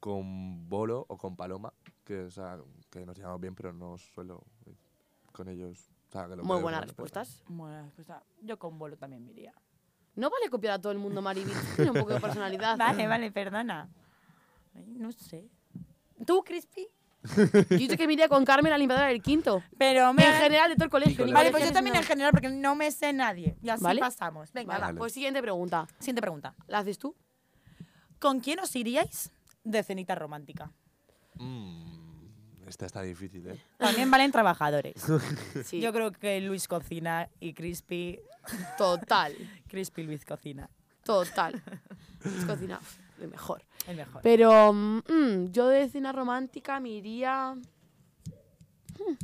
Speaker 1: con Bolo o con Paloma, que, o sea, que nos llevamos bien, pero no suelo ir con ellos. o sea, que lo
Speaker 3: Muy
Speaker 1: puedo
Speaker 3: buenas
Speaker 1: ver, pero-
Speaker 3: respuestas.
Speaker 2: Bueno, pues, ah, yo con bolo también me iría.
Speaker 3: No vale copiar a todo el mundo, Maribel. Tiene un poco de personalidad.
Speaker 2: Vale, vale, perdona. Ay, no sé. ¿Tú, Crispy?
Speaker 3: Yo dije que me iría con Carmen, la limpiadora del quinto.
Speaker 2: Pero
Speaker 3: En
Speaker 2: me...
Speaker 3: general, de todo el colegio. ni
Speaker 1: Vale,
Speaker 2: Vale, pues
Speaker 3: colegiales
Speaker 2: yo
Speaker 3: ni
Speaker 2: también en
Speaker 3: nada.
Speaker 2: general, porque no me sé nadie. Y así
Speaker 3: Vale.
Speaker 2: pasamos. Venga,
Speaker 3: Vale,
Speaker 2: va.
Speaker 1: Vale.
Speaker 3: pues siguiente pregunta.
Speaker 2: Siguiente pregunta.
Speaker 3: ¿La haces tú?
Speaker 2: ¿Con quién os iríais de cenita romántica?
Speaker 1: Mm, esta está difícil, ¿eh?
Speaker 2: También valen trabajadores.
Speaker 3: Sí.
Speaker 2: Yo creo que Luis cocina y Crispy,
Speaker 3: Total,
Speaker 2: Crispy Luis cocina.
Speaker 3: total. Es cocina uf, lo mejor.
Speaker 2: El mejor.
Speaker 3: Pero mm, yo de cena romántica me iría...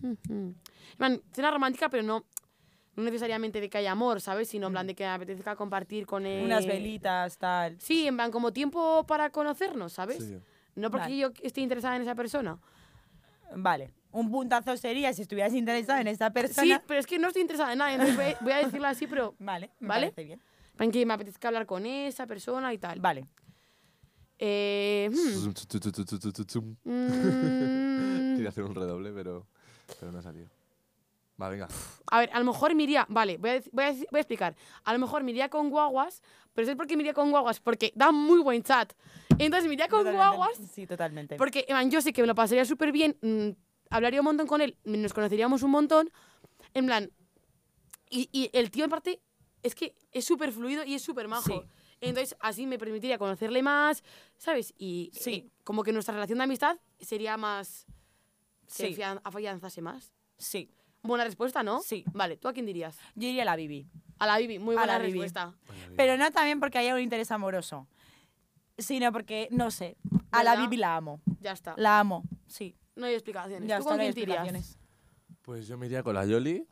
Speaker 3: mm, En plan, cena romántica, pero no, no necesariamente de que haya amor, ¿sabes? Sino en plan de que me apetezca compartir con él.
Speaker 2: Mm. Unas velitas, tal.
Speaker 3: Sí, en plan como tiempo para conocernos, ¿sabes?
Speaker 1: Sí.
Speaker 3: No porque
Speaker 2: Vale.
Speaker 3: yo esté interesada en esa persona.
Speaker 2: Vale. Un puntazo sería si estuvieras interesado en esta persona.
Speaker 3: Sí, pero es que no estoy interesada en nada, entonces voy, voy a decirlo así, pero
Speaker 2: Vale, me
Speaker 3: ¿Vale?
Speaker 2: parece bien.
Speaker 3: en que me apetezca hablar con esa persona y tal.
Speaker 2: Vale.
Speaker 3: Eh, hmm,
Speaker 1: Zum, zum, zum, zum, zum, zum, zum, zum.
Speaker 3: mm,
Speaker 1: Quería hacer un redoble, pero, pero no salió. Va, venga.
Speaker 3: a ver, a lo mejor me iría, vale, voy a, dec- voy, a, dec- voy a explicar. A lo mejor me iría con guaguas, pero sé por qué me iría con guaguas, porque da muy buen chat. Entonces me iría con
Speaker 2: Totalmente.
Speaker 3: guaguas,
Speaker 2: Sí, totalmente.
Speaker 3: porque en plan, yo sé que me lo pasaría súper bien, mm, hablaría un montón con él, nos conoceríamos un montón, en plan, y, y el tío en parte es que es súper fluido y es súper majo.
Speaker 2: Sí.
Speaker 3: Entonces así me permitiría conocerle más, ¿sabes? Y
Speaker 2: Sí.
Speaker 3: eh, como que nuestra relación de amistad sería más... se
Speaker 2: Sí.
Speaker 3: fian- afianzase más.
Speaker 2: Sí,
Speaker 3: Buena respuesta, ¿no?
Speaker 2: Sí.
Speaker 3: Vale, ¿tú a quién dirías?
Speaker 2: yo iría a la Bibi.
Speaker 3: A la Bibi, muy
Speaker 2: A la
Speaker 3: buena
Speaker 2: Bibi.
Speaker 3: respuesta.
Speaker 2: Pero no también porque haya un interés amoroso, sino porque, no sé, a la
Speaker 3: ¿Verdad?
Speaker 2: Bibi la amo.
Speaker 3: Ya está.
Speaker 2: La amo, sí.
Speaker 3: No hay explicaciones.
Speaker 2: Ya
Speaker 3: ¿Tú
Speaker 2: está,
Speaker 3: con
Speaker 2: no hay
Speaker 3: quién te irías?
Speaker 2: explicaciones.
Speaker 1: Pues yo me iría con la Yoli.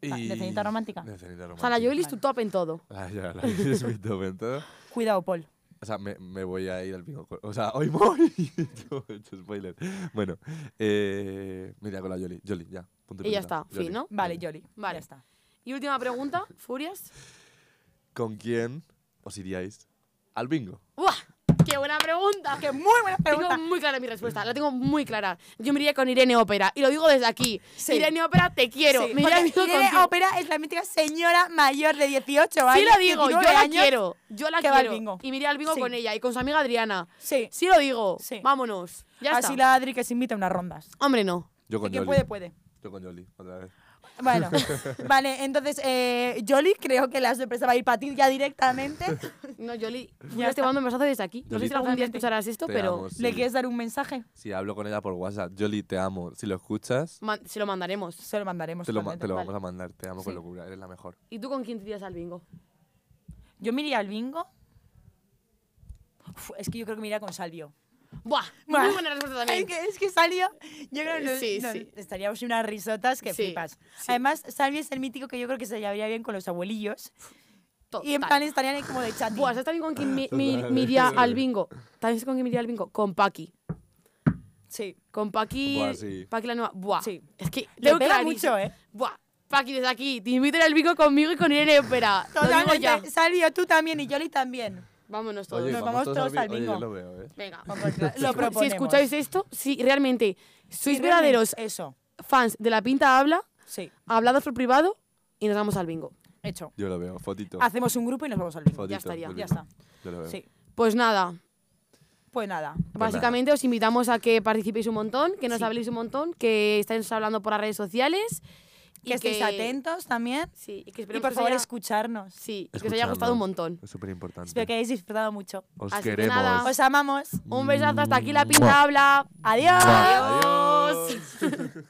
Speaker 1: Y...
Speaker 2: Ah, ¿de cenita romántica?
Speaker 1: De cenita
Speaker 3: O
Speaker 1: romántica.
Speaker 3: sea, la Yoli es tu
Speaker 2: Vale.
Speaker 3: top en todo.
Speaker 1: La Yoli. La Yoli es mi top en todo.
Speaker 2: Cuidado, Paul.
Speaker 1: O sea, me, me voy a ir al pingo. con- O sea, hoy voy. Yo he hecho spoiler. Bueno, eh, me iría con la Yoli. Yoli, ya. punto
Speaker 3: Y ya
Speaker 1: pelota.
Speaker 3: está, fin,
Speaker 1: Yoli.
Speaker 3: ¿no?
Speaker 2: Vale, Yoli.
Speaker 3: Vale.
Speaker 2: Vale. está.
Speaker 3: Y última pregunta, Furias.
Speaker 1: ¿Con quién os iríais al bingo?
Speaker 3: ¡Buah! ¡Qué buena pregunta!
Speaker 2: Que muy buena
Speaker 3: Tengo
Speaker 2: pregunta.
Speaker 3: muy clara mi respuesta, la tengo muy clara. Yo me iría con Irene Ópera, y lo digo desde aquí.
Speaker 2: Sí.
Speaker 3: Irene Ópera, te quiero.
Speaker 2: Sí,
Speaker 3: me iría al
Speaker 2: porque
Speaker 3: bingo
Speaker 2: Irene
Speaker 3: contigo.
Speaker 2: Opera es la mítica señora mayor de 18 años.
Speaker 3: Sí lo digo, yo
Speaker 2: 19
Speaker 3: la
Speaker 2: años.
Speaker 3: quiero. Yo la
Speaker 2: que
Speaker 3: quiero.
Speaker 2: va al bingo.
Speaker 3: Y me iría al bingo
Speaker 2: Sí.
Speaker 3: con ella y con su amiga Adriana.
Speaker 2: Sí.
Speaker 3: Sí lo digo.
Speaker 2: Sí.
Speaker 3: Vámonos. Ya
Speaker 2: Así
Speaker 3: está.
Speaker 2: la Adri que se invita a unas rondas.
Speaker 3: Hombre, no.
Speaker 1: Yo con
Speaker 2: Y quien
Speaker 1: Yoli.
Speaker 2: puede, puede.
Speaker 1: Yo con Yoli, otra vez.
Speaker 2: Bueno, vale, entonces, eh, Yoli, creo que la sorpresa va a ir para ti ya directamente.
Speaker 3: No, Yoli,
Speaker 2: Ya
Speaker 3: Furias te
Speaker 2: está.
Speaker 3: mando un mensaje desde aquí. No sé
Speaker 1: Yoli,
Speaker 3: si algún día
Speaker 2: totalmente.
Speaker 3: escucharás esto,
Speaker 1: Te
Speaker 3: pero
Speaker 1: amo, sí.
Speaker 2: ¿Le quieres dar un mensaje?
Speaker 1: Si hablo con ella por WhatsApp, Yoli, te amo. Si lo escuchas,
Speaker 3: man- se lo mandaremos.
Speaker 2: Se lo mandaremos.
Speaker 1: te lo, ma-
Speaker 2: totalmente.
Speaker 1: te lo
Speaker 3: vale.
Speaker 1: vamos a mandar. Te amo
Speaker 3: Sí.
Speaker 1: con locura, eres la mejor.
Speaker 3: ¿Y tú con quién te irías al bingo?
Speaker 2: Yo me iría al bingo. Uf, es que yo creo que me iría con Salvio.
Speaker 3: Buah, muy
Speaker 2: Buah.
Speaker 3: buena respuesta
Speaker 2: Es
Speaker 3: también.
Speaker 2: que, es que Salvio, yo creo que nos-
Speaker 3: Sí,
Speaker 2: nos-
Speaker 3: sí.
Speaker 2: estaríamos unas risotas que
Speaker 3: Sí,
Speaker 2: flipas.
Speaker 3: sí.
Speaker 2: Además, Salvio es el mítico que yo creo que se llevaría bien con los abuelillos. Y en
Speaker 3: Total.
Speaker 2: plan estarían ahí como de chatín.
Speaker 3: Buah, ¿sabes también con quién me, me-
Speaker 1: Total.
Speaker 3: me iría al bingo? ¿También sabes con quién me iría al bingo? Con Paki.
Speaker 2: Sí.
Speaker 3: Con Paki.
Speaker 1: Buah, sí.
Speaker 3: Paki la nueva. Buah.
Speaker 2: Sí.
Speaker 3: Es que
Speaker 2: Le
Speaker 3: lo
Speaker 2: pega
Speaker 3: clarísimo.
Speaker 2: mucho, ¿eh?
Speaker 3: Buah. Paki, desde aquí, te invito a ir al bingo conmigo y con Irene Ópera. Lo digo ya.
Speaker 2: Totalmente. Salvio, tú también y Yoli también.
Speaker 3: Vámonos todos.
Speaker 2: Nos vamos todos al
Speaker 1: Oye, yo
Speaker 2: bingo.
Speaker 1: lo veo, ¿eh?
Speaker 3: Venga.
Speaker 2: Lo
Speaker 3: Escu-
Speaker 2: proponemos.
Speaker 3: Si escucháis esto, si realmente sois
Speaker 2: Sí,
Speaker 3: verdaderos
Speaker 2: realmente, Eso,
Speaker 3: fans de La Pinta Habla,
Speaker 2: sí,
Speaker 3: hablados por privado y nos vamos al bingo.
Speaker 2: hecho.
Speaker 1: Yo lo veo, fotito.
Speaker 2: Hacemos un grupo y nos vamos al bingo.
Speaker 1: fotito
Speaker 3: estaría.
Speaker 1: del
Speaker 2: Ah, Ya
Speaker 1: bingo.
Speaker 2: está.
Speaker 1: Yo lo veo.
Speaker 2: Sí.
Speaker 3: Pues nada,
Speaker 2: Pues nada.
Speaker 1: Pues
Speaker 3: Básicamente os invitamos a que participéis un montón, que nos
Speaker 2: Sí.
Speaker 3: habléis un montón, que estéis hablando por las redes sociales. y pues
Speaker 2: Que estéis atentos también.
Speaker 3: Sí, y que
Speaker 2: Y
Speaker 3: esperemos
Speaker 2: por
Speaker 3: que os
Speaker 2: favor,
Speaker 3: haya-
Speaker 2: escucharnos.
Speaker 3: sí, que os haya gustado un montón.
Speaker 1: Es súper importante.
Speaker 2: Espero que hayáis disfrutado mucho.
Speaker 1: Os
Speaker 3: Así que
Speaker 1: queremos.
Speaker 3: nada.
Speaker 2: Os amamos.
Speaker 3: Un besazo, hasta aquí la pinta habla.
Speaker 2: Adiós.
Speaker 1: Adiós.
Speaker 3: Adiós.